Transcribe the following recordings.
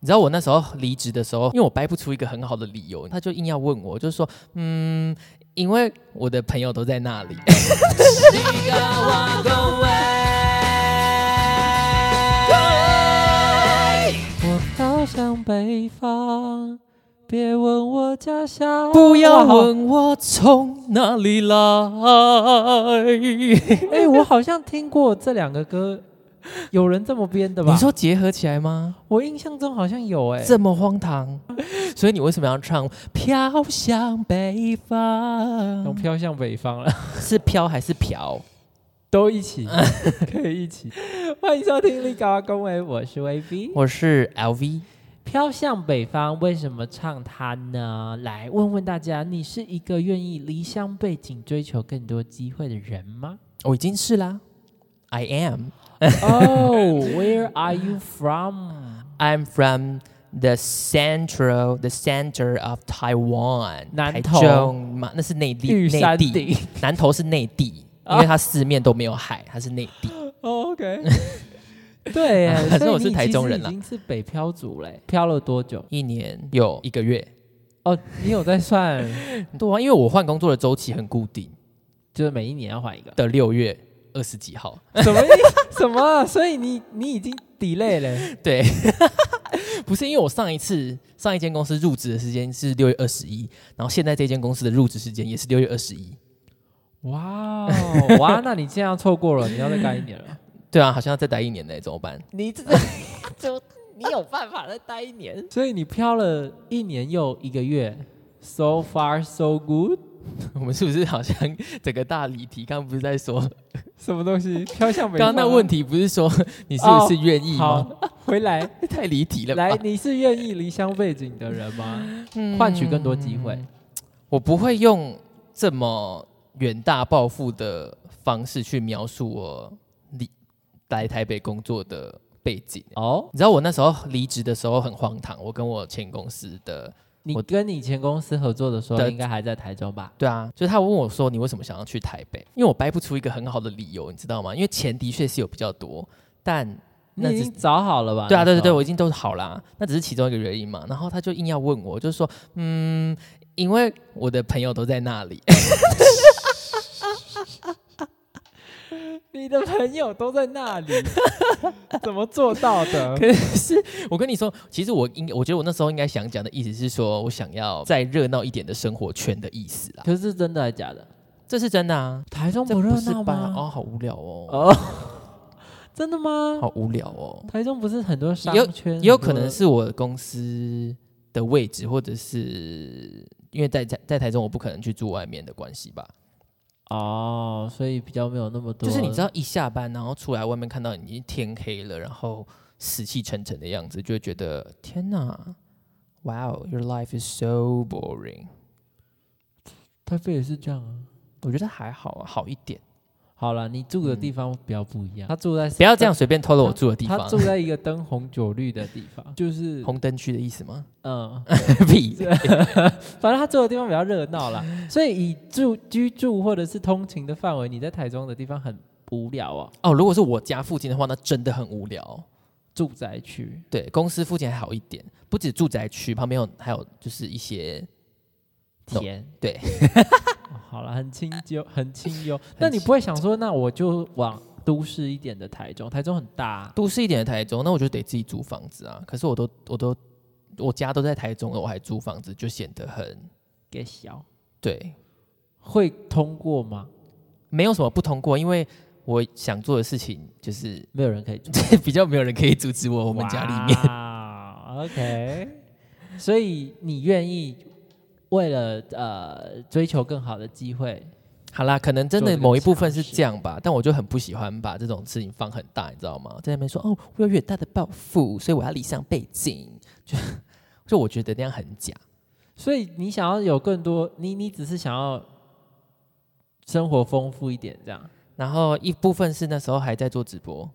你知道我那时候离职的时候，因为我掰不出一个很好的理由，他就硬要问我，就说，嗯，因为我的朋友都在 那里。我飘向北方，别问我家乡，不要问我从哪里来。哎、我好像听过这两个歌，有人这么编的吧？你说结合起来吗？我印象中好像有哎、这么荒唐，所以你为什么要唱《飘向北方我》？飘向北方了， 是飘还是飘？都一 起，可以一起。欢迎收听《立高恭维》，我是 VB。我是 LV，飘向北方为什么唱它呢？来问问大家，你是一个愿意离乡背井、追求更多机会的人 吗？我已经是啦。I am. 哦、w h e r e are you from？ I'm from the central, the center of Taiwan. 南台投中嘛，那是内玉地，内山啊地。顶。南投是内地，因为它四面都没有海，它是内地。 o 哦 OK，对耶，反正所以我是你台其中实人已啦经是北漂族嘞。啊漂了多久？一年有一个月，哦，你有在算，对啊，因为我换工作的周期很固定，就是每一年要换一个？的六月二十几号。 什么意什么啊？所以你你已经 delay 了，对， 不是因为我上一次上一间公司入职的时间是六月二十一，然后现在这间公司的入职时间也是六月二十一。哇哦哇，那你这样错过了，你要再干一年了。对啊，好像要再待一年呢，怎么办？ 你 这就你有办法再待一年？ 所以你漂了一年又一个月，so far so good。我们是不是好像 整个大离题？刚刚不是在说，什么东西？飘向北啊刚刚那问题不是说 你是不是愿意吗？好，回 来太离题了吧？来，你是愿意离乡背井的人吗？嗯换取更多机会。我不会用这么远大抱负的方式去描述我离来台北工作的背景。哦，你知道我那时候离职的时候很荒唐，我跟我前公司的，你我跟你前公司合作的时候，对应该还在台中吧？对啊，就是他问我说你为什么想要去台北，因为我掰不出一个很好的理由，你知道吗？因为钱的确是有比较多，但你那已只经找好了吧？对啊，那对时对候对，我已经都好啦，那只是其中一个原因嘛。然后他就硬要问我，就是说，嗯，因为我的朋友都在那里，你的朋友都在 那里，怎么做到的？可 是我跟你说，其实我应，我觉得我那时候应该想讲的意思是说，我想要再热闹一点的生活圈的意思啦。可是真的还假的？这是真的啊，台中这不热是闹吧？吗？哦，好无聊哦，哦， 真的吗？好无聊哦。台中不是很多商圈，也有可能很多是我公司的位置，或者是因为在在在台中，我不可能去住外面的关系吧。哦，所以比较没有那么多。就是你知道一下班，然后出来外面看到已经天黑了，然后死气沉沉的样子，就会觉得天哪，Wow，your life is so boring。台北也是这样啊。我觉得还好啊，好一点，好了，你住的地方比较不一嗯样。他住在不要这样随便透露我住的地他方住。在一个灯红酒绿的地方，就是红灯区的意思 吗？嗯， 屁！反正他住的地方比较热闹啦。 所以以住居住或者是通勤的范围，你在台中的地方很无聊哦，哦，如果是我家附近的话，那真的很无聊。住宅区。对，公司附近还好一点，不止住宅区旁边有，还有就是一些No，甜，对 哦好了，很清 幽，很清幽。那你不会想说，那我就往都市一点的台中，台中很大啊、都市一点的台中，那我就得自己租房子啊。可是我都我都我家都在台中了，我还租房子，就显得很给小对，会通过吗？没有什么不通过，因为我想做的事情就是 没有人可以住比较没有人可以阻止我。我我们家里面， OK，所以你愿意为了呃追求更好的机会，好啦，可能真做的这个某一部分是尝试这样吧，但我就很不喜欢把这种事情放很大，你知道吗？在那边说哦，我有远大的抱负，所以我要理想背景，就 就我觉得那样很假。所以你想要有更多，你你只是想要生活丰富一点这样。然后一部分是那时候还在做直播，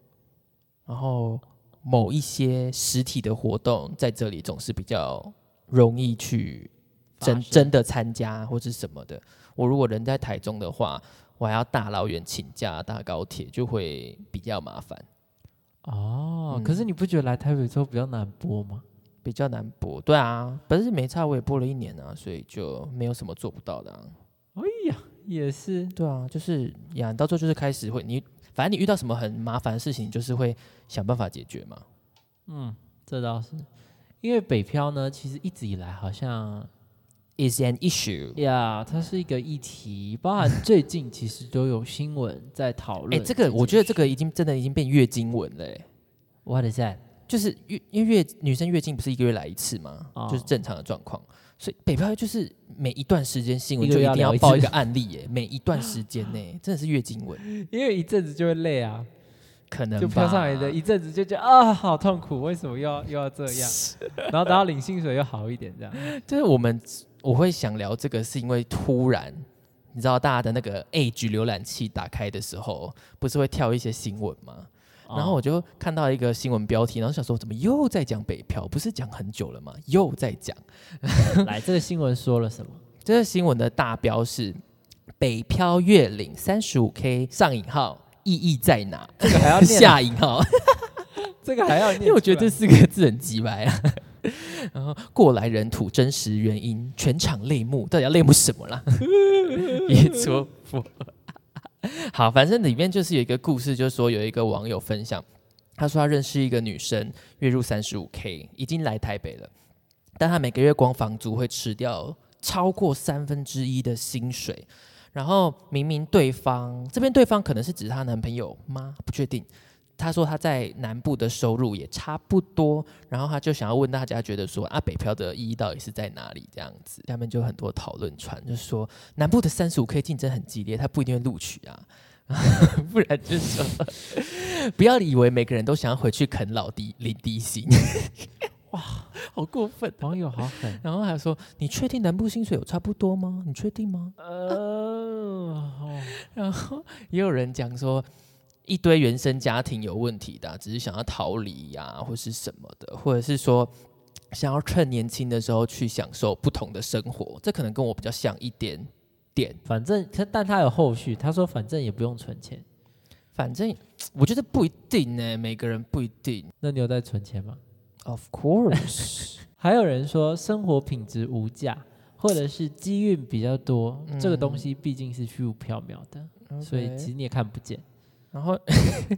然后某一些实体的活动在这里总是比较容易去真发生真的参加或是什么的。我如果人在台中的话，我还要大老远请假搭高铁，就会比较麻烦。哦，嗯嗯可是你不觉得来台北之后比较难播吗？比较难播，对啊，但是没差，我也播了一年啊，所以就没有什么做不到的、啊。也是对啊，就是呀，你到最后就是开始会你，反正你遇到什么很麻烦的事情，你就是会想办法解决嘛。这倒是，因为北漂呢，其实一直以来好像 Is an issue。呀它是一个议题，包含最近其实都有新闻在讨哎、论。这个我觉得这个已经真的已经变月经文了、欸， what is that？就是月因为月女生月经不是一个月来一次嘛，哦就是正常的状况，所以北漂就是每一段时间新闻一个就月一要定要聊一报次一个案例、欸，每一段时间呢、真的是月经文，因为一阵子就会累啊，可能就飘上来吧的一阵子就觉得啊，好痛苦，为什么又要又要这 样？然后等到领薪水又好一点，这样。就是我们我会想聊这个，是因为突然你知道大家的那个 Edge 浏览器打开的时候，不是会跳一些新闻吗？然哦后我就看到一个新闻标题，然后想说怎么又在讲北漂？不是讲很久了吗？又在讲。哦来这个新闻说了什么？这个新闻的大标是“北漂月领三十五 K 上引号”。意义在哪？这个还要念啊，下引号，这个还要念出来，因为我觉得这四个字很鸡白啊。 然后过来人吐真实原因，全场泪目，到底要泪目什么啦？ 也说不 好，反正里面就是有一个故事，就是说有一个网友分享，他说他认识一个女生，月入三十五 K，已经来台北了，但他每个月光房租会吃掉超过三分之一的薪水。然后明明对方这边对方可能是指她男朋友吗？不确定。她说她在南部的收入也差不多，然后她就想要问大家，觉得说啊北漂的意义到底是在哪里？这样子，下面就很多讨论传，就是说南部的三十五 K 竞争很激烈，他不一定会录取啊。 不然就是说，不要以为每个人都想要回去啃老低领低薪， 哇，好过分！网友好 狠。然后还说，你确定南部薪水有差不多吗？你确定吗？呃，然后也有人讲说，一堆原生家庭有问题的啊、只是想要逃离呀、或是什么的，或者是说想要趁年轻的时候去享受不同的生活，这可能跟我比较像一点点。反正他但他有后续，他说反正也不用存钱。反正我觉得不一定呢、每个人不一定。那你有在存钱吗？ Of course，还有人说生活品质无价，或者是机运比较多，这个东西毕竟是虚无缥缈的，所以 OK 其实你也看不见。然后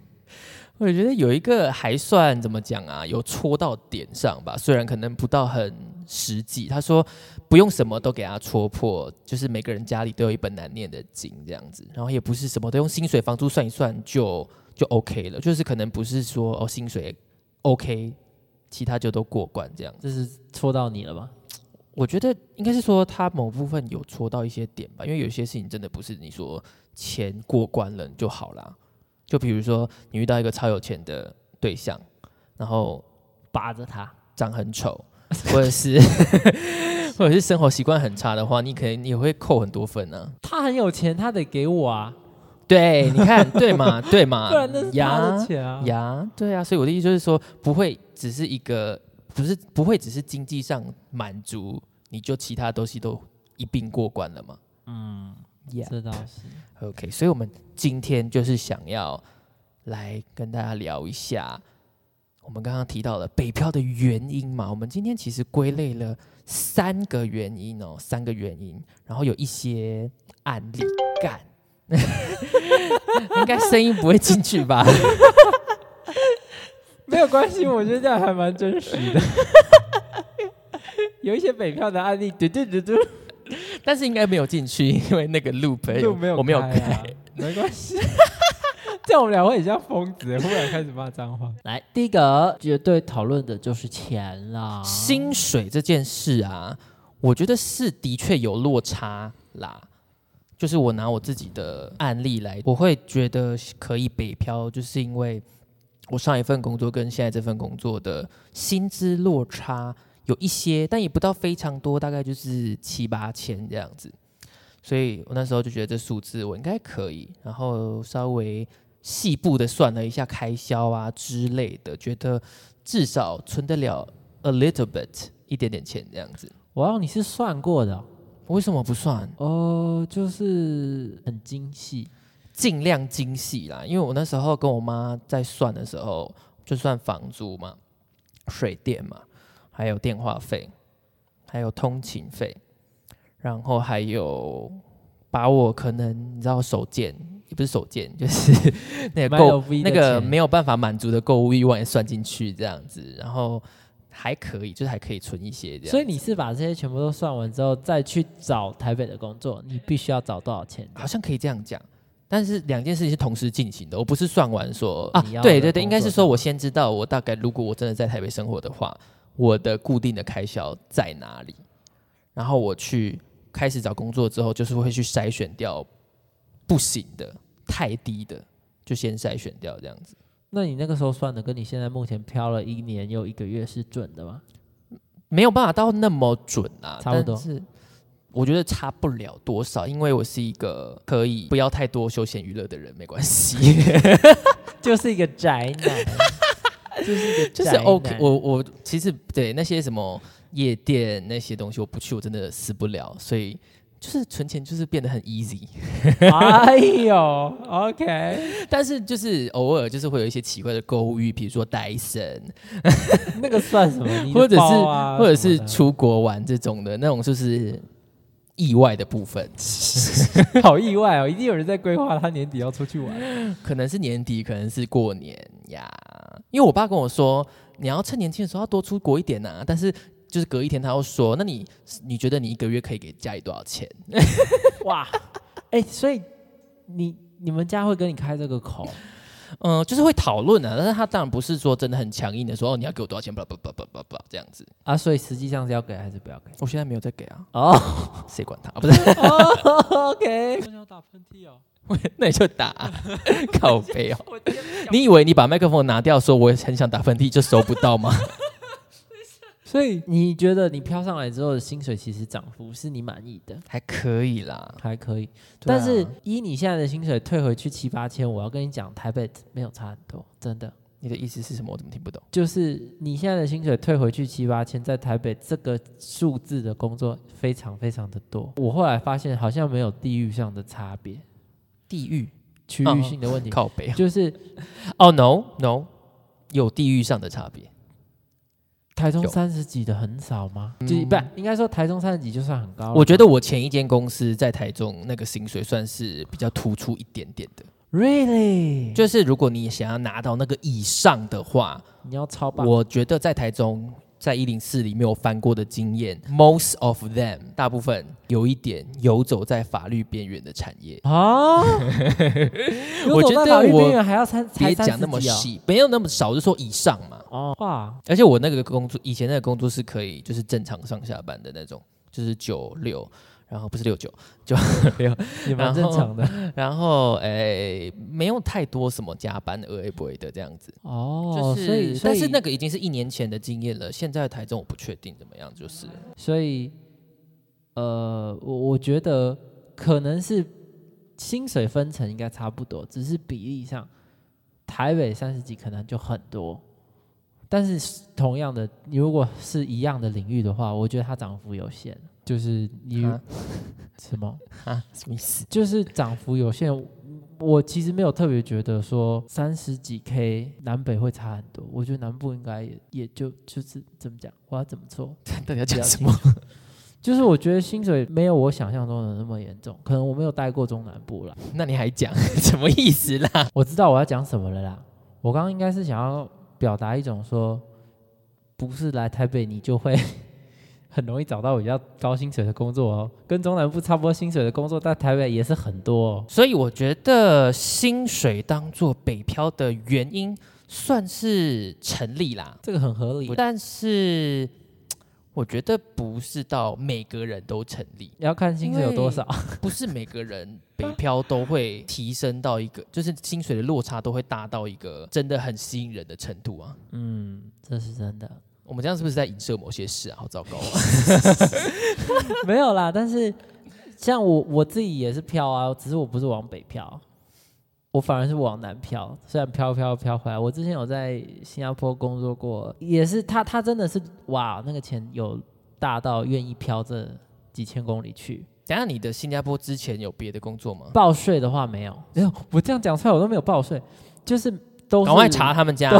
我觉得有一个还算怎么讲啊，有戳到点上吧，虽然可能不到很实际。他说不用什么都给他戳破，就是每个人家里都有一本难念的经这样子，然后也不是什么都用薪水、房租算一算就就 OK 了，就是可能不是说哦薪水 OK，其他就都过关这样子。这是戳到你了吧？我觉得应该是说他某部分有戳到一些点吧，因为有些事情真的不是你说钱过关了就好啦。就比如说你遇到一个超有钱的对象，然后扒着他，长很丑，或者是 或者是生活习惯很差的话，你可能也会扣很多分啊。他很有钱，他得给我啊，对，你看，对嘛，对嘛， 不然那是他呀的钱啊。呀，对啊，所以我的意思就是说，不会只是一个，不是不会只是经济上满足，你就其他东西都一并过关了嘛？嗯这倒是。 ，Yeah，OK，、所以我们今天就是想要来跟大家聊一下我们刚刚提到的北漂的原因嘛。我们今天其实归类了三个原因哦，三个原因，然后有一些案例干。 应该声音不会进去吧？ 没有关系，我觉得这样还蛮真实 的。有一些北漂的案例，嘟嘟嘟嘟，但是应该没有进去，因为那个 loop 就没有我没有开开啊。，没关系。这样我们俩会很像疯子，忽然开始骂脏话。来，第一个绝对讨论的就是钱啦，薪水这件事啊，我觉得是的确有落差啦。就是我拿我自己的案例来，我会觉得可以北漂，就是因为我上一份工作跟现在这份工作的薪资落差有一些，但也不到非常多，大概就是七八千这样子。所以我那时候就觉得这数字我应该可以，然后稍微细部的算了一下开销啊之类的，觉得至少存得了 a little bit 一点点钱这样子。哇，你是算过的哦为什么不算？哦，就是很精细。尽量精细啦，因为我那时候跟我妈在算的时候，就算房租嘛、水电嘛，还有电话费，还有通勤费，然后还有把我可能你知道手贱也不是手贱，就是 那个买购 LV 的那个钱没有办法满足的购物欲望也算进去这样子，然后还可以，就是还可以存一些这样。所以你是把这些全部都算完之后，再去找台北的工作，你必须要找多少钱？好像可以这样讲，但是两件事情是同时进行的，我不是算完说你啊要，对对的工对，应该作是说量我先知道我大概如果我真的在台北生活的话，我的固定的开销在哪里，然后我去开始找工作之后，就是会去筛选掉不行的、太低的，就先筛选掉这样子。那你那个时候算的，跟你现在目前飘了一年又一个月是准的吗？ 没有办法到那么准啊，差不多但是我觉得差不了多少，因为我是一个可以不要太多休闲娱乐的人，没关系。就是一个宅 男，就是一个就是宅 OK，男 我我其实对那些什么夜店那些东西我不去，我真的死不了，所以就是存钱就是变得很 easy，哎呦，OK，但是就是偶尔就是会有一些奇怪的购物欲，比如说戴森，那个算什么？你的或者是、包啊或者什么是的出国玩这种的那种，就是意外的部 分，好意外哦，一定有人在规划他年底要出去玩。可能是年底，可能是过年呀，因为我爸跟我说你要趁年轻的时候要多出国一点呐、但是。就是隔一天，他又说：“那你你觉得你一个月可以给家里多少钱？”哇，哎、所以你你们家会跟你开这个口？嗯，就是会讨论啊，但是他当然不是说真的很强硬的说哦，你要给我多少钱，叭叭叭叭叭叭这样子。啊，所以实际上是要给还是不要给？我现在没有在给啊，哦、 谁管他、啊？不是， o k 我想打喷嚏哦，那你就打、啊 靠背哦。我天，你以为你把麦克风拿掉，说我很想打喷嚏就收不到吗？所以你觉得你飘上来之后的薪水其实涨幅是你满意的， 还可以 啦，还可以，对啊但是依你现在的薪水退回去七八千，我要跟你讲，台北没有差很多，真的。你的意思是什么？我怎么听不懂？就是你现在的薪水退回去七八千，在台北这个数字的工作非常非常的多。我后来发现好像没有地域上的差别，地狱区域性的问题，靠背啊就是哦、n o no，有地域上的差别。台中有三十几的很少吗？就不应该说台中三十几就算很高了。我觉得我前一间公司在台中那个薪水算是比较突出一点点的， really 就是如果你想要拿到那个以上的话，你要超棒，我觉得在台中，在一零四里面有翻过的经验，most of them 大部分有一点游走在法律边缘的产业。啊！我觉得有种在法律我边缘还要参才别三啊讲那么细，没有那么少，就说以上嘛。哦哇！而且我那个工作，以前那个工作是可以就是正常上下班的那种，就是九六，然后不是六九，也蛮然正后常 的然后诶、没有太多什么加班额也不会的这样子。哦，就是，所以所但是以那个已经是一年前的经验了，现在的台中我不确定怎么样，就是所以，呃，我我觉得可能是薪水分成应该差不多，只是比例上，台北三十几可能就很多，但是同样的，你如果是一样的领域的话，我觉得它涨幅有限，就是你啊 什么，啊，什么意 思？就是涨幅有限。我其实没有特别觉得说三十几 K 南北会差很多，我觉得南部应该也也就就是怎么讲，我要怎么做， 到底要 讲比较什么？就是我觉得薪水没有我想象中的那么严重，可能我没有待过中南部啦， 那你还讲 什么意思啦？我知道我要讲什么了啦。我刚刚应该是想要表达一种说，不是来台北你就会 很容易找到比较高薪水的工作哦，跟中南部差不多薪水的工作，在台北也是很多、哦。所以我觉得薪水当做北漂的原因算是成立啦，这个很合理。啊但是我觉得不是到每个人都成 立，你要看薪水有多少，不是每个人北漂都会提升到一个，就是薪水的落差都会大到一个真的很吸引人的程度啊。嗯，这是真的。我们这样是不是在影射某些事啊？好糟糕啊！ 没有啦，但是像我我自己也是飘啊，只是我不是往北飘，我反而是往南飘。虽然飘飘飘回来，我之前有在新加坡工作过，也是他他真的是哇，那个钱有大到愿意飘这几千公里去。等一下你的新加坡之前有别的工作吗？报税的话没有，没有，我这样讲出来我都没有报税，就是都是赶快查，他们家，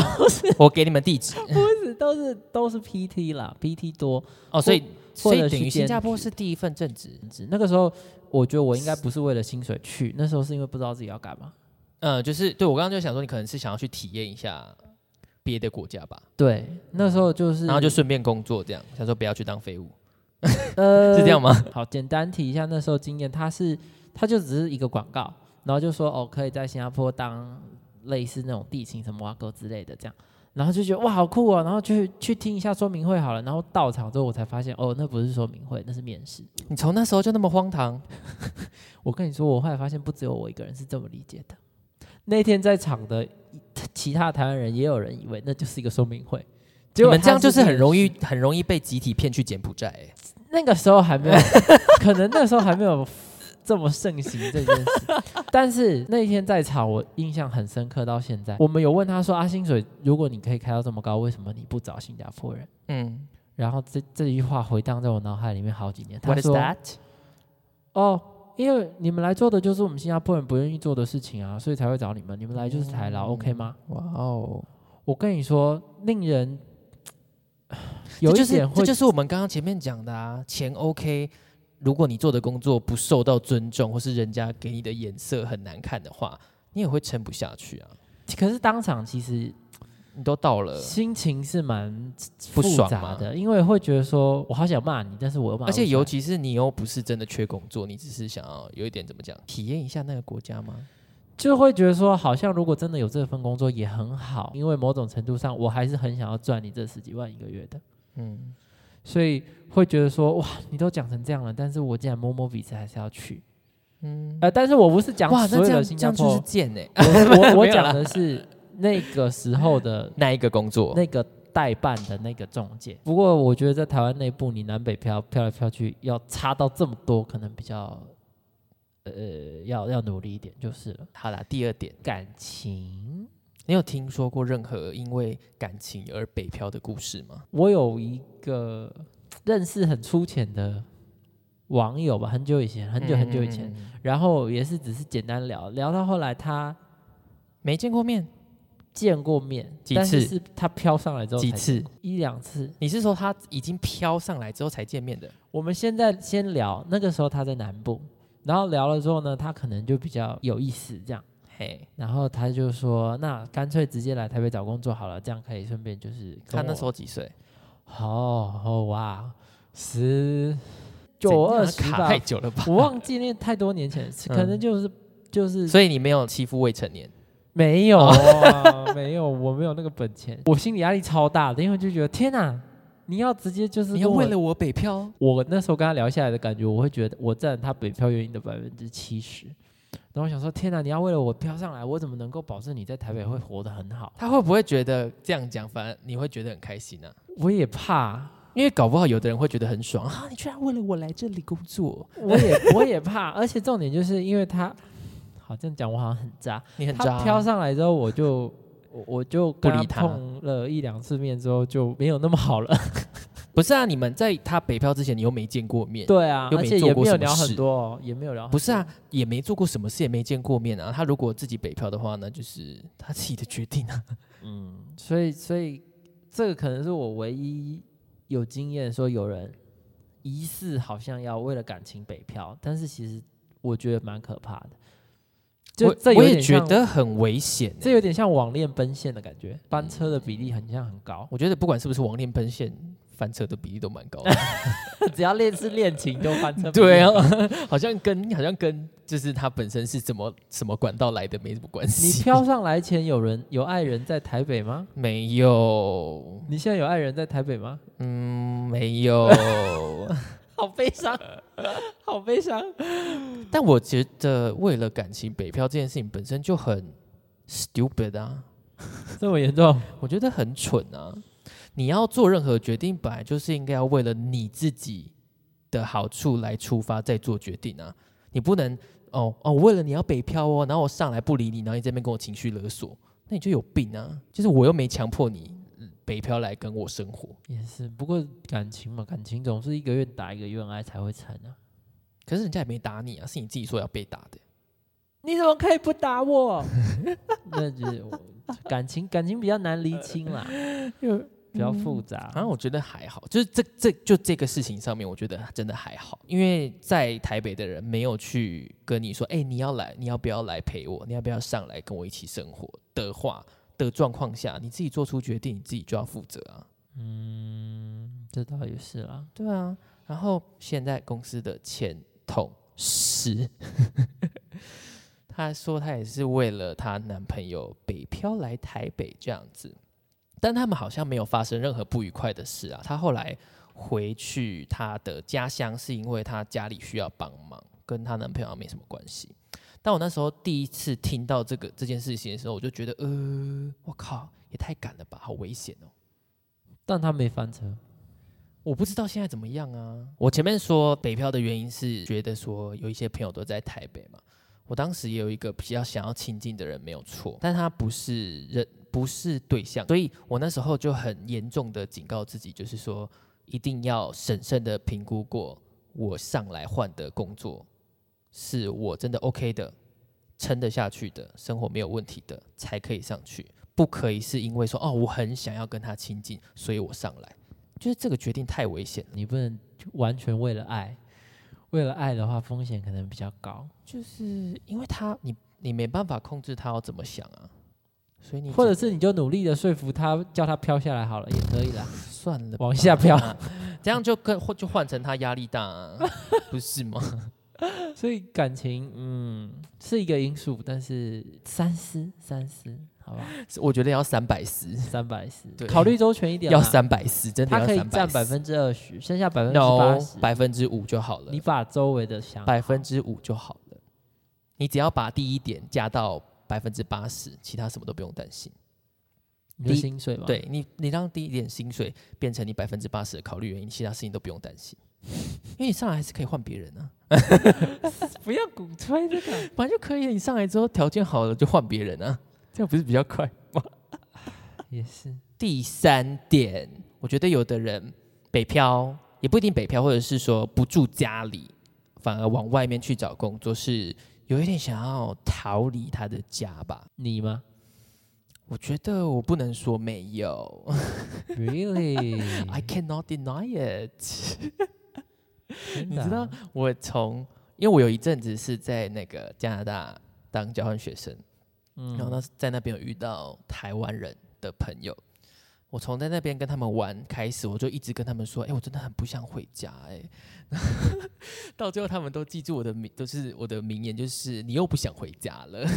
我给你们地址。不是都是都是 PT 啦，PT 多。哦，所以或所者以是等于兼新加坡是第一份正职，那个时候我觉得我应该不是为了薪水去，那时候是因为不知道自己要干嘛。呃，就是对我刚刚就想说，你可能是想要去体验一下别的国家吧，对，那时候就是，然后就顺便工作这样，想说不要去当废物，呃是这样吗？好，简单提一下那时候经验，它是它就只是一个广告，然后就说哦，可以在新加坡当类似那种地勤什么挖沟之类的这样，然后就觉得哇好酷哦，然后去去听一下说明会好了，然后到场之后我才发现哦，那不是说明会，那是面试。你从那时候就那么荒唐，我跟你说，我后来发现不只有我一个人是这么理解的，那天在场的 其他台湾人也有人以为那就是一个说明会。结你果们这样它就是面很容试易很容易被集体骗去柬埔寨、欸那个时候还没有， 可能那个时候还没有这么盛行这件事。但是那天在场，我印象很深刻，到现在。我们有问他说：“啊，薪水，如果你可以开到这么高，为什么你不找新加坡人嗯？”然后这这句话回荡在我脑海里面好几年。他，What is 说 that？：“ 哦，因为你们来做的就是我们新加坡人不愿意做的事情啊，所以才会找你们。你们来就是台嗯劳、o k 吗哇哦，？”我跟你说，令人 有这一就是点会这就是我们刚刚前面讲的啊，钱 OK，如果你做的工作不受到尊重，或是人家给你的眼色很难看的话，你也会撑不下去啊。可是当场其实你都到了，心情是蛮呃不复爽杂吗的，因为会觉得说我好想骂你，但是我又骂不而出来，且尤其是你又不是真的缺工作，你只是想要有一点怎么讲，体验一下那个国家吗？就会觉得说，好像如果真的有这份工作也很好，因为某种程度上我还是很想要赚你这十几万一个月的，嗯，所以会觉得说，哇，你都讲成这样了，但是我竟然摸摸鼻子还是要去，嗯，呃，但是我不是讲哇，所那有这的样新这加样就是坡，贱哎、我我我没有啦讲的是那个时候的 那一个工作，那个代办的那个中介。不过我觉得在台湾内部，你南北漂漂来漂去，要差到这么多，可能比较呃要要努力一点就是了。好啦，第二点，感情，你有听说过任何因为感情而北漂的故事吗？我有一个认识很粗浅的网友吧，很久以前，很久很久以前，嗯，嗯嗯嗯然后也是只是简单聊聊到后来他。没见过面见过面几但是次是他飘上来之后几才次见过一两次。你是说他已经飘上来之后才见面的？我们现在先聊，那个时候他在南部，然后聊了之后呢，他可能就比较有意思这样，嘿，然后他就说，那干脆直接来台北找工作好了，这样可以顺便就是他那时候候几岁？哦哦哇十九二怎十样卡吧太，久了吧？我忘记那太多年前的 事，嗯可能就是就是所以你没有欺负未成年，没有哦啊， 没有，我没有那个本钱，我心理压力超大的，因为就觉得天哪，你要直接就是你要跟我为了我北漂，我那时候跟他聊下来的感觉，我会觉得我占他北漂原因的百分之七十。然后我想说，天哪！你要为了我飘上来，我怎么能够保证你在台北会活得很好？他会不会觉得这样讲，反而你会觉得很开心呢、啊我也 怕，因为搞不好有的人会觉得很爽啊！你居然为了我来这里工作，我也我也怕，而且重点就是因为他，好这样讲我好像很渣。你很渣啊他飘上来之后，我就我我就不跟他理他碰了一两次面之后就没有那么好了。不是啊？你们在他北漂之前，你又没见过面，对 啊，又而没且做也过没有什么聊很事多哦，也没有聊很不是啊多，，也没做过什么事，也没见过面啊。他如果自己北漂的话呢，就是他自己的决定 啊。所以所以这个可能是我唯一有经验说有人疑似好像要为了感情北漂，但是其实我觉得蛮可怕的。就我这有我也点觉像，得很危险欸、这有点像网恋奔现的感觉，班车的比例很像很高，我觉得不管是不是网恋奔现，翻车的比例都蛮 高的。 只要恋是恋情都翻车。对，啊，好像跟好像跟就是他本身是怎么什么管道来的没什么关你系。飘上来前有人有爱人在台北吗？没有，你现在有爱人在台北吗？嗯，没有。好悲伤，好悲伤。但我觉得为了感情北漂这件事情本身就很 stupid 啊，这么严重？我觉得很蠢啊。你要做任何决定，本来就是应该要为了你自己的好处来出发，再做决定啊。你不能哦哦，为了你要北漂哦，然后我上来不理你，然后你这边跟我情绪勒索，那你就有病啊！就是我又没强迫你嗯北漂来跟我生活，也是，不过感情嘛，感情总是一个愿打一个愿挨才会成啊。可是人家也没打你啊，是你自己说要被打的。 你怎么可以不打我？ 那就是我感情感情比较难厘清啦，比较复杂。啊，我觉得还好，就是这这就这个事情上面，我觉得真的还好，因为在台北的人没有去跟你说，哎、你要来，你要不要来陪我？你要不要上来跟我一起生活的话的状况下，你自己做出决定，你自己就要负责啊。嗯，这倒也是啦。对啊，然后现在公司的前同事， 她说她也是为了她男朋友北漂来台北这样子，但他们好像没有发生任何不愉快的事啊。她后来回去她的家乡，是因为她家里需要帮忙，跟她男朋友好像没什么关系。但我那时候第一次听到这个这件事情的时候，我就觉得，呃，我靠，也太赶了吧，好危险哦。但他没翻车，我不知道现在怎么样啊。我前面说北漂的原因是觉得说有一些朋友都在台北嘛，我当时也有一个比较想要亲近的人没有错，但他不是人，不是对象，所以我那时候就很严重的警告自己，就是说一定要审慎的评估过我上来换的工作是我真的 OK 的，撑得下去的，生活没有问题的，才可以上去。不可以是因为说哦，我很想要跟他亲近，所以我上来。就是这个决定太危险了。你不能完全为了爱，为了爱的话风险可能比较高，就是因为他，你你没办法控制他要怎么想啊，所以你或者只是你就努力的说服他，叫他飘下来好了，也可以 啦。算了吧，往下飘这样就跟或就换成他压力大、啊，不是吗？ 所以感情，嗯，是一个因素，但是三思三思，好吧，我觉得要三百四，三百思对，考虑周全一点啦。要三百四，真的他要可以三占百百四分之二十，剩下百分之八，no 十，百分之五就好了你，把周围的想好百分之五就好了。你只要把第一点加到百分之八十，其他什么都不用担心。你的薪水嘛，，对你，你让第一点薪水变成你百分之八十的考虑原因，其他事情都不用担心，因为你上来还是可以换别人啊。不要鼓吹这个。本来就可以，啊你上来之后条件好了就换别人啊， 这样不是比较快吗？ 也是，第三点，我觉得有的人北漂也不一定北漂，或者是说不住家里，反而往外面去找工作，是有一点想要逃离他的家吧。你吗我觉得我不能说没有，I ？Really？ cannot deny it。你你啊知道我从，因为我有一阵子是在那个加拿大当交换学生，然后呢，在那边有遇到台湾人的朋友，我从在那边跟他们玩开始，我就一直跟他们说，哎、我真的很不想回家、哎， 到最后他们都记住我的名，都、是我的名言，就是你又不想回家了，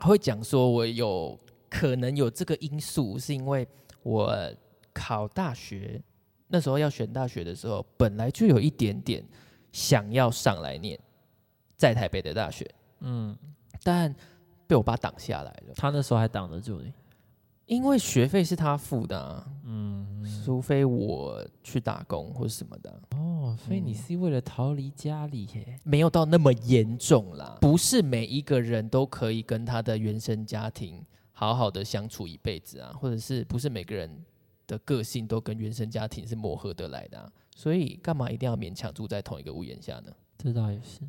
还会讲说我有可能有这个因素，是因为我考大学那时候要选大学的时候，本来就有一点点想要上来念在台北的大学，嗯，但被我爸挡下来了，他那时候还挡得住你，因为学费是他付的、啊，嗯，除非我去打工或什么的啊、哦，所以你是为了逃离家里耶？没有到那么严重啦，不是每一个人都可以跟他的原生家庭好好的相处一辈子啊，或者是不是每个人的个性都跟原生家庭是磨合得来的、啊，所以干嘛一定要勉强住在同一个屋檐下呢？这倒也是，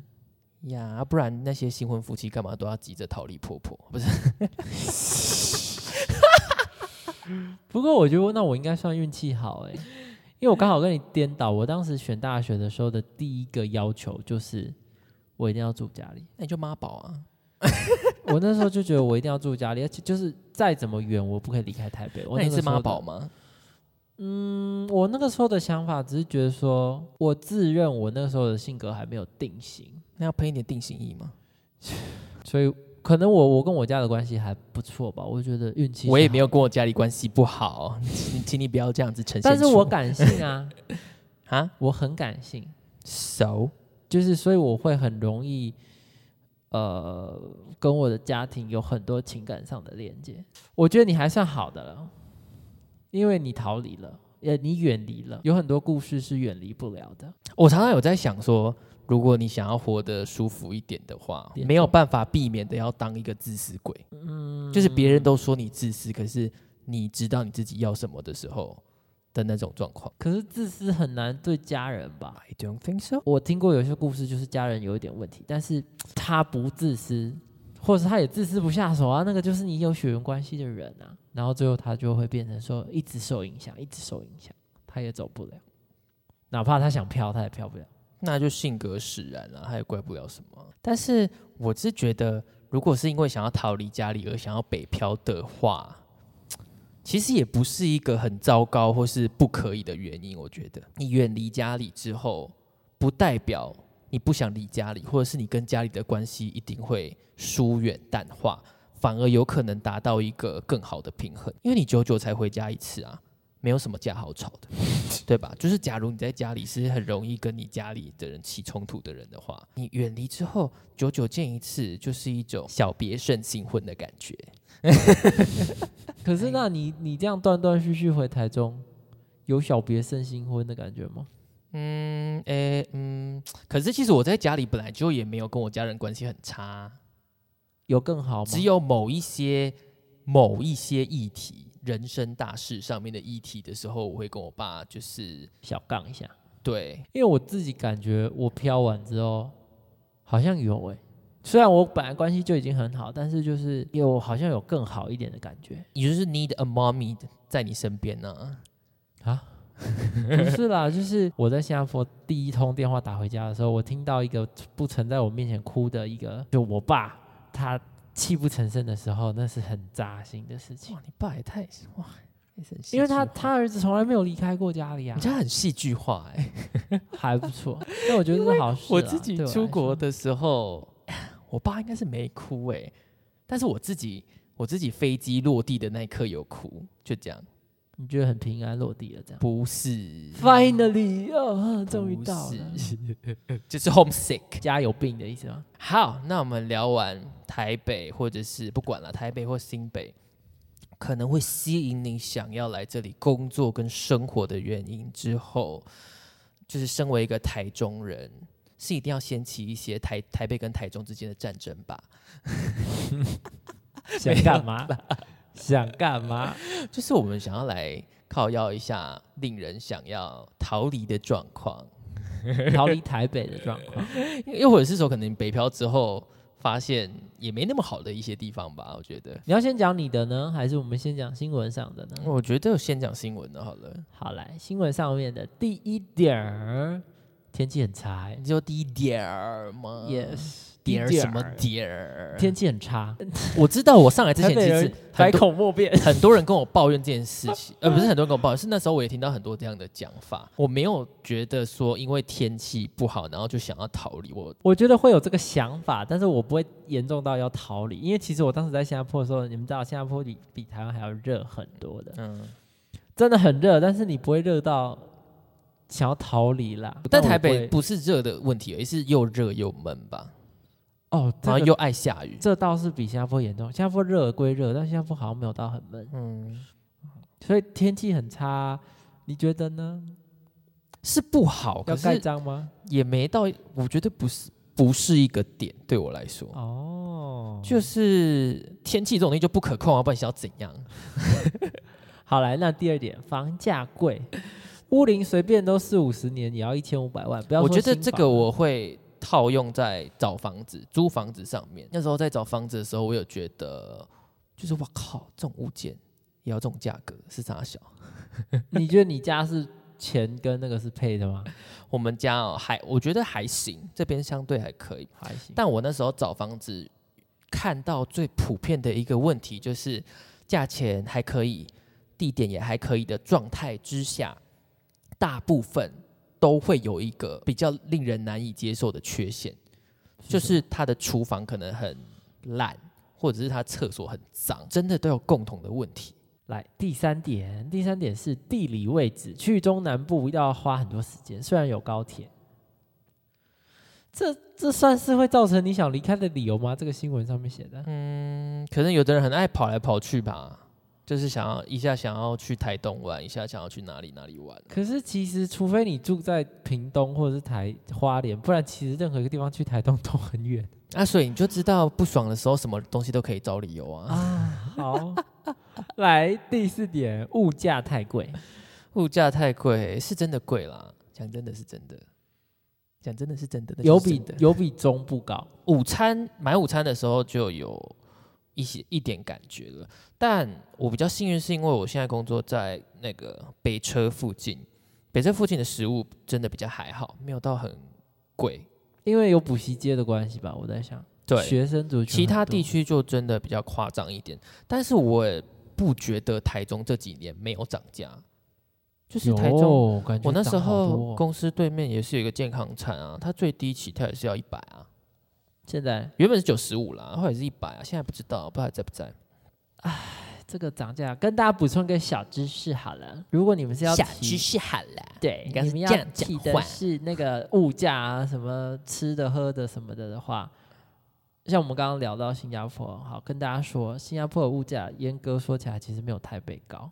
呀，啊不然那些新婚夫妻干嘛都要急着逃离婆婆？不是，不过我觉得那我应该算运气好哎，因为我刚好跟你颠倒。我当时选大学的时候的第一个要求就是我一定要住家里。那你就妈宝啊！我那时候就觉得我一定要住家里，而且就是再怎么远我不可以离开台北。我那那你个是时候妈的宝吗？嗯，我那个时候的想法只是觉得说，我自认我那个时候的性格还没有定型，那要喷一点定型液吗？所以可能我我跟我家的关系还不错吧，我觉得运气。我也没有，跟我家里关系不好， 请请你不要这样子呈现出。但是我感性啊，啊我很感性，熟就是所以我会很容易，呃，跟我的家庭有很多情感上的连接。我觉得你还算好的了，因为你逃离了，呃，你远离了，有很多故事是远离不了的。我常常有在想说，如果你想要活得舒服一点的话，别没有办法避免的要当一个自私鬼。嗯，就是别人都说你自私，可是你知道你自己要什么的时候，的那种状况。可是自私很难对家人吧？ I don't think so。我听过有些故事，就是家人有一点问题，但是他不自私，或者是他也自私不下手啊，那个就是你有血缘关系的人啊，然后最后他就会变成说一直受影响，一直受影响，他也走不了，哪怕他想飘，他也飘不了。那就性格使然了、他也怪不了什么。啊但是我是觉得，如果是因为想要逃离家里而想要北漂的话，其实也不是一个很糟糕或是不可以的原因。我觉得你远离家里之后，不代表你不想离家里，或者是你跟家里的关系一定会疏远淡化，反而有可能达到一个更好的平衡。因为你久久才回家一次啊，没有什么架好吵的。对吧？就是假如你在家里是很容易跟你家里的人起冲突的人的话，你远离之后，久久见一次，就是一种小别胜新婚的感觉。可是那你你这样断断续续回台中，有小别胜新婚的感觉吗？嗯，诶、嗯，可是其实我在家里本来就也没有跟我家人关系很差，有更好吗？只有某一些某一些议题、人生大事上面的议题的时候，我会跟我爸就是小杠一下，对，因为我自己感觉我飘完之后，好像有诶、虽然我本来关系就已经很好，但是就是有好像有更好一点的感 觉你就是 need a mommy 在你身边呢、啊。不是啦，就是我在新加坡第一通电话打回家的时候，我听到一个不曾在我面前哭的一个，就我爸他泣不成声的时候，那是很扎心的事情，哇，你爸也太哇，也是很戏因为他剧化他儿子从来没有离开过家里啊你，家很戏剧化哎、还不错。但我觉得是好事啦。 我自己对来啊出国说的时候， 我爸应该是没哭哎、但是我自己我自己飞机落地的那一刻有哭，就这样。你觉得很平安落地了，这 样不是， ？Finally，哦，终于不到了，是就是 homesick。家有病的意思吗？好，那我们聊完台北，或者是不管了，台北或新北，可能会吸引你想要来这里工作跟生活的原因之后，就是身为一个台中人，是一定要掀起一些台台北跟台中之间的战争吧。 想干嘛？ 想干 嘛？就是我们想要来靠腰一下令人想要逃离的状况，逃离台北的状况，又或者是说，可能北漂之后发现也没那么好的一些地方吧。我觉得，你要先讲你的呢，还是我们先讲新闻上的呢？我觉得先讲新闻的好了。好，来新闻上面的第一点儿，天气很差、欸你就第一点儿吗 Yes，点儿第一什么儿点儿？嗯天气很差，我知道，我上来之前台其北实人很百多口莫辩。很多人跟我抱怨这件事情，呃，不是很多人跟我抱怨，是那时候我也听到很多这样的讲法。我没有觉得说因为天气不好，然后就想要逃离。我 我觉得会有这个想法，但是我不会严重到要逃离，因为其实我当时在新加坡的时候，你们知道新加坡比比台湾还要热很多的，嗯，真的很热，但是你不会热到想要逃离啦。但我台不北会不是热的问题而已，是又热又闷吧，哦，这然后个又爱下雨。这倒是比新加坡严重。新加坡热归热，但新加坡好像没有到很闷，嗯，所以天气很差。你觉得呢？是不好，要可盖是章吗？也没到，我觉得不是不是一个点，对我来说，哦，就是天气这种东西就不可控啊，不然想要怎样？好来，那第二点，房价贵，屋龄随便都四五十年也要一千五百万，不要我说觉得新这房个了我会套用在找房子、租房子上面。那时候在找房子的时候，我有觉得，就是我靠，这种物件也要这种价格是啥小？你觉得你家是钱跟那个是配的吗？我们家哦，还我觉得还行，这边相对还可以。还行，但我那时候找房子，看到最普遍的一个问题就是，价钱还可以，地点也还可以的状态之下，大部分都会有一个比较令人难以接受的缺陷，就是它的厨房可能很烂，或者是它厕所很脏，真的都有共同的问题。来第三点，第三点是地理位置，去中南部要花很多时间，虽然有高铁，这这算是会造成你想离开的理由吗？这个新闻上面写的，嗯，可能有的人很爱跑来跑去吧。就是想要一下想要去台东玩，一下想要去哪里哪里玩，可是其实除非你住在屏东或者是台花莲，不然其实任何一个地方去台东都很远那、啊所以你就知道不爽的时候，什么东西都可以找理由啊。啊。好，来第四点，物价太贵，物价太贵，是真的贵啦。讲真的是真的，讲真的是真的，那就 有是比真的有比中部高，午餐买午餐的时候就有一些一点感觉了，但我比较幸运是因为我现在工作在那个北车附近，北车附近的食物真的比较还好，没有到很贵。因为有补习街的关系吧，我在想，对，学生族群其他很多地区就真的比较夸张一点，但是我也不觉得台中这几年没有涨价，就是有台中。感觉我那时涨好多候哦公司对面也是有一个健康餐啊，它最低起跳也是要一百啊，现在原本是九十五啦，后来是一百啊，现在不知道不知道还在不在。这个涨价，跟大家补充一个小知识好了，如果你们是要提识好了。对，应该你是们这要样讲提的话是那个物价啊，什么吃的、喝的什么的的话，像我们刚刚聊到新加坡，好跟大家说，新加坡的物价严格说起来其实没有台北高，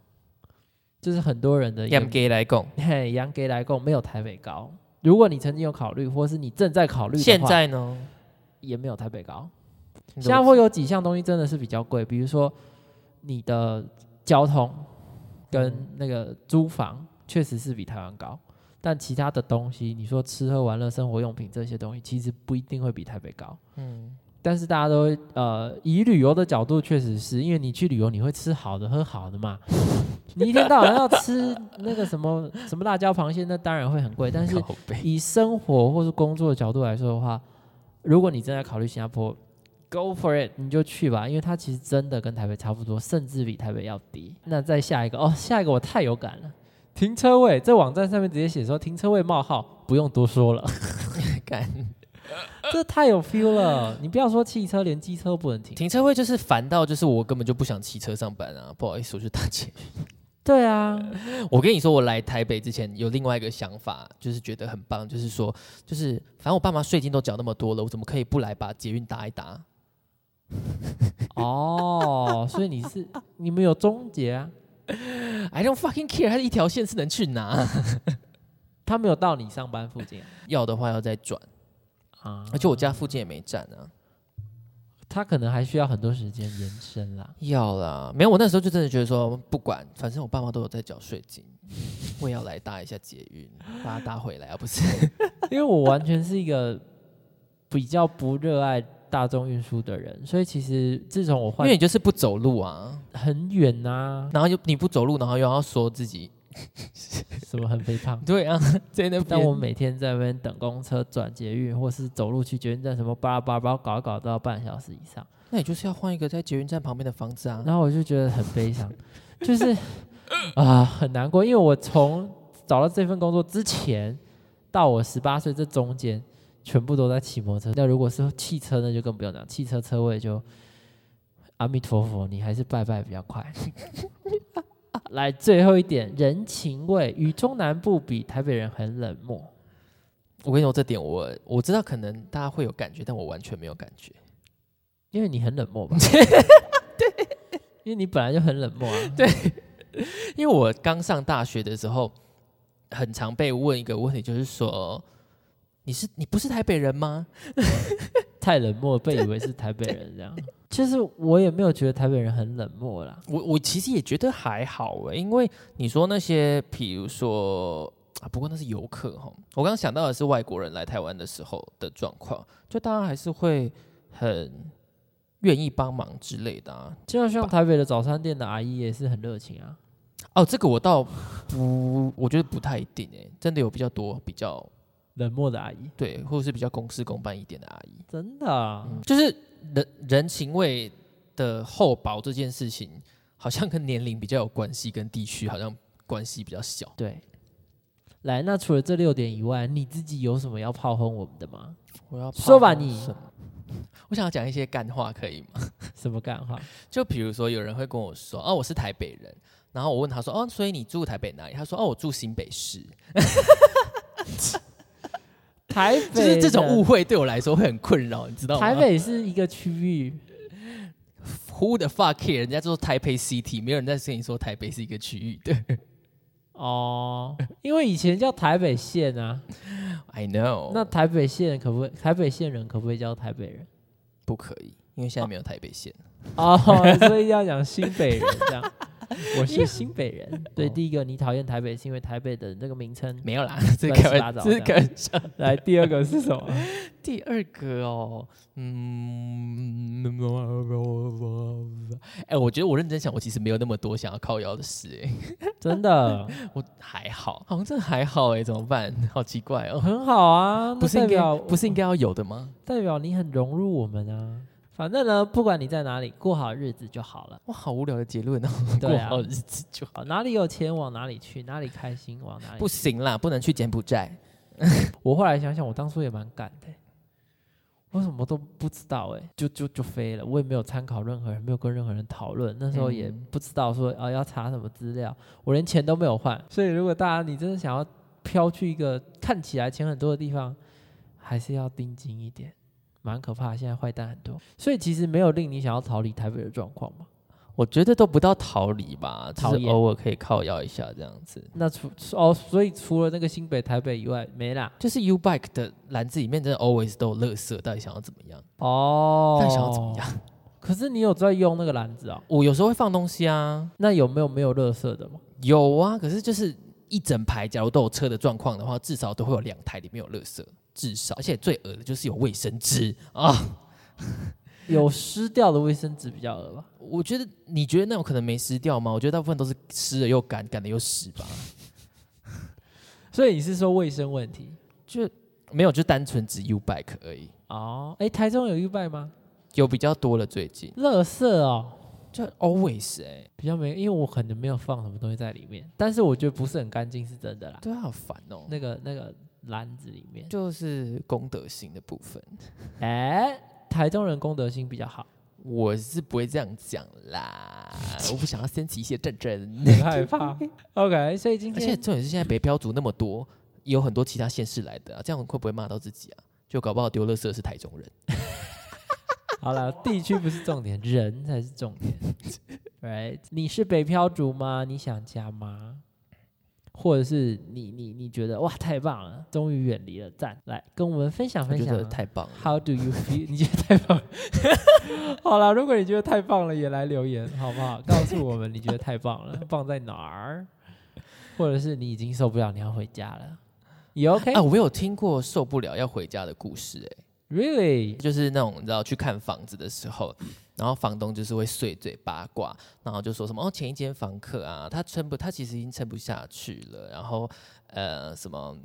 就是很多人的严严格来讲，嘿严格来讲没有台北高。如果你曾经有考虑，或是你正在考虑的话，现在呢，也没有台北高。你新怎么加坡有几项东西真的是比较贵，比如说你的交通跟那个租房确实是比台湾高，但其他的东西，你说吃喝玩乐、生活用品这些东西，其实不一定会比台北高。嗯，但是大家都会呃，以旅游的角度，确实是因为你去旅游，你会吃好的、喝好 的嘛。你一天到晚要吃那个什么什么辣椒螃蟹，那当然会很贵。但是靠北以生活或是工作的角度来说的话，如果你正在考虑新加坡，Go for it，你就去吧，因为它其实真的跟台北差不多，甚至比台北要低。那再下一个哦，下一个我太有感了，停车位，在网站上面直接写说停车位冒号，不用多说了， 干这太有 feel 了。你不要说汽车，连机车都不能停。停车位就是烦到，就是我根本就不想骑车上班啊！不好意思，我是大姐。对啊，我跟你说，我来台北之前有另外一个想法，就是觉得很棒，就是说，就是反正我爸妈税金都缴那么多了，我怎么可以不来把捷运打一打？哦，所以你是你们有终结啊， I don't fucking care，它一条线是能去哪？ 他没有到你上班附近要的话要再转，啊，而且我家附近也没站啊。他可能还需要很多时间延伸啦。要啦，没有，我那时候就真的觉得说，不管，反正我爸妈都有在缴税金，我也要来搭一下捷运，把它搭回来，而不是因为我完全是一个比较不热爱大众运输的人，所以其实自从 我因换为你就是不走路啊，很远啊呐、然后又你不走路，然后又要说自己，什么很肥胖对啊， 在那但边我每天在那边等公车、转捷运，或是走路去捷运站，什么巴拉巴拉巴拉搞一搞都要半小时以上，那你就是要换一个在捷运站旁边的房子啊，然后我就觉得很悲伤，就是啊很难过，因为我从找到这份工作之前到我十八岁这中间，全部都在骑摩托车。那如果是汽车，那就更不用讲，汽车车位就阿弥陀佛，你还是拜拜比较快。 来，最后一点，人情味，与中南部比，台北人很冷漠。我跟你说这点我，我知道可能大家会有感觉，但我完全没有感觉。因为你很冷漠吧？ 因为你本来就很冷漠啊。对因为我刚上大学的时候，很常被问一个问题，就是说，你是你不是台北人吗？太冷漠，被以为是台北人这样。其实我也没有觉得台北人很冷漠啦，我我其实也觉得还好诶，因为你说那些，比如说啊，不过那是游客哈。我刚刚想到的是外国人来台湾的时候的状况，就大家还是会很愿意帮忙之类的啊。就像台北的早餐店的阿姨也是很热情啊。哦，这个我倒不，我觉得不太一定诶，真的有比较多比较冷漠的阿姨，对，或者是比较公事公办一点的阿姨，真的、啊嗯、就是人人情味的厚薄这件事情，好像跟年龄比较有关系，跟地区好像关系比较小。对。来，那除了这六点以外，你自己有什么要炮轰我们的吗？ 我要说吧炮轰你什么 我想要讲一些干话，可以吗？什么干话？就比如说，有人会跟我说：“哦，我是台北人。”然后我问他说：“哦，所以你住台北哪里？”他说：“哦，我住新北市。台”就北是这种误的，会对我来说会很困扰，你知道吗？台北是一个区域， Who the fuck care？人家就说台北 City，没有人在跟你说台北是一个区域的。 哦，因为以前叫台北县啊， I know，那台北县可不可以？台北县人可不可以叫台北人？ 不可以，因为现在没有台北县。哦哦，所以要讲新北人这样。我是新北 人。对，第一个你讨厌台北是因为台北的那个名称。没有啦，这是乱七开八玩糟这是这开玩笑。来，第二个是什么？第二个哦， 嗯，哎、我觉得我认真想，我其实没有那么多想要靠腰的事、 真的哎， 我还好，好像真的还好、哎，怎么办？好奇怪 哦，很好啊，那不是代应该表不是应该要有的吗？代表你很融入我们啊。反正呢，不管你在哪里，过好日子就好了。哇，好无聊的结 论哦，对啊过好日子就好。好，哪里有钱往哪里去，哪里开心往哪里 去。不行啦，不能去柬埔寨。我后来想想，我当初也蛮赶的欸、我什么都不知道哎、就就就飞了，我也没有参考任何人，没有跟任何人讨论，那时候也嗯不知道说啊、要查什么资料，我连钱都没有换。所以如果大家你真的想要飘去一个看起来钱很多的地方，还是要盯紧一点，蛮可怕。现在坏蛋很多，所以其实没有令你想要逃离台北的状况嘛。我觉得都不到逃离吧，只讨是厌偶尔可以靠腰一下这样子。那除哦，所以除了那个新北、台北以外，没啦。就是 U Bike 的篮子里面真的 always 都有垃圾，到底想要怎么样？哦，到底想要怎么？样？可是你有在用那个篮子哦？我有时候会放东西啊，那有没有没有垃圾的吗？有啊，可是就是一整排，假如都有车的状况的话，至少都会有两台里面有垃圾，至少，而且最恶的就是有卫生纸啊。有湿掉的卫生纸比较恶吧？我觉得你觉得那种可能没湿掉吗？我觉得大部分都是湿了又干，干了又湿吧。所以你是说卫生问题？就没有，就单纯只 U Bike 而已。哦，哎，台中有 U 拜吗？有比较多了，最近垃圾哦，就 always 哎、比较没，因为我可能没有放什么东西在里面，但是我觉得不是很干净是真的啦。对啊，好烦哦、那那个那个篮子里面，就是功德心的部分，哎，台中人公德心比较 好，我是不会这样讲啦，我不想要掀起一些战 争。很害怕。OK，所以今而且天重点是现在北漂族那么多，也有很多其他县市来的、啊，这样会不会骂到自己啊？就搞不好丢垃圾的是台中人。好了，地区不是重点，人才是重 点。Right，你是北漂族吗？你想家吗？或者是你你你觉得哇太棒了，终于远离了，赞！来跟我们分享我分觉享得啊。太棒了。 How do you feel？你觉得太棒了？ 好了，如果你觉得太棒了，也来留言好不好？告诉我们你觉得太棒了，棒在哪儿？或者是你已经受不了，你要回家了，也 OK？、啊，我有听过受不了要回家的故事、欸， Really？就是那种你知道去看房子的时候，然后房东就是会碎嘴八卦，然后就说什么哦前一间房客啊，他撑不，他其实已经撑不下去了，然后呃什么。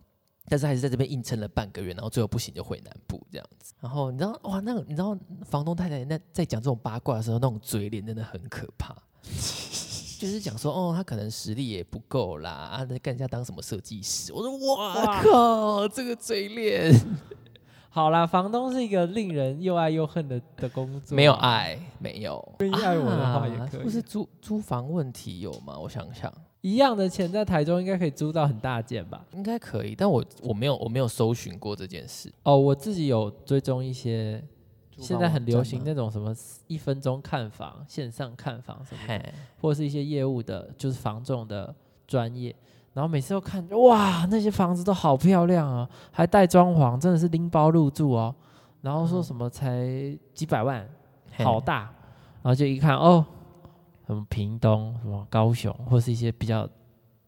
但是还是在这边硬撑了半个月，然后最后不行就回南部这样子。然后你知道哇，那个你知道房东太太那在讲这种八卦的时候，那种嘴脸真的很可怕，就是讲说哦，他可能实力也不够啦，啊，那干人家当什么设计师？我说哇哇靠，这个嘴脸好啦，房东是一个令人又爱又恨的的工作，没有爱，没有。愿意爱我的话也可以啊、不是租租房问题有吗？我想想，一样的钱在台中应该可以租到很大件吧？应该可以，但我我没有我没有搜寻过这件事。哦，我自己有追踪一些现在很流行的，那种什么一分钟看房、线上看房什么的，嘿，或是一些业务的，就是房仲的专业。然后每次都看，哇，那些房子都好漂亮啊，还带装潢，真的是拎包入住哦。然后说嗯什么才几百万，嘿好大，然后就一看哦，什么屏东、什么高雄，或是一些比较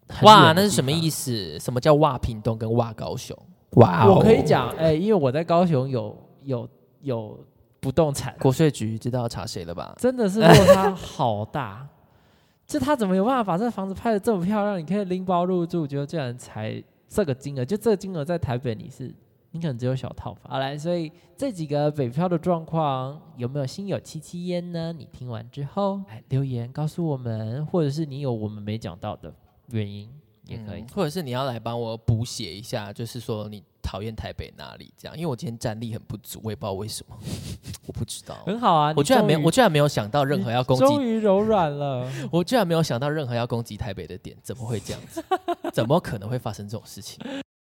很哇，远的那是地什么方意思？什么叫哇屏东跟哇高雄？哇我可以，讲，哎、因为我在高雄有有有不动产，国税局知道查谁了吧？真的是落差好大。 就他怎么有办法把这房子拍的这么漂亮？你可以拎包入住，结果竟然才这个金额，就这个金额在台北你是你可能只有小套房。好来，所以这几个北漂的状况有没有心有戚戚焉呢？你听完之后来留言告诉我们，或者是你有我们没讲到的原因也可以。嗯或者是你要来帮我补写一下，就是说你讨厌台北哪里这样？因为我今天战力很不足，我也不知道为什么，我不知 道，很好啊，我居然没有，你我居然没有想到任何要攻击终于柔软了。我居然没有想到任何要攻击台北的点，怎么会这样子？怎么可能会发生这种事情？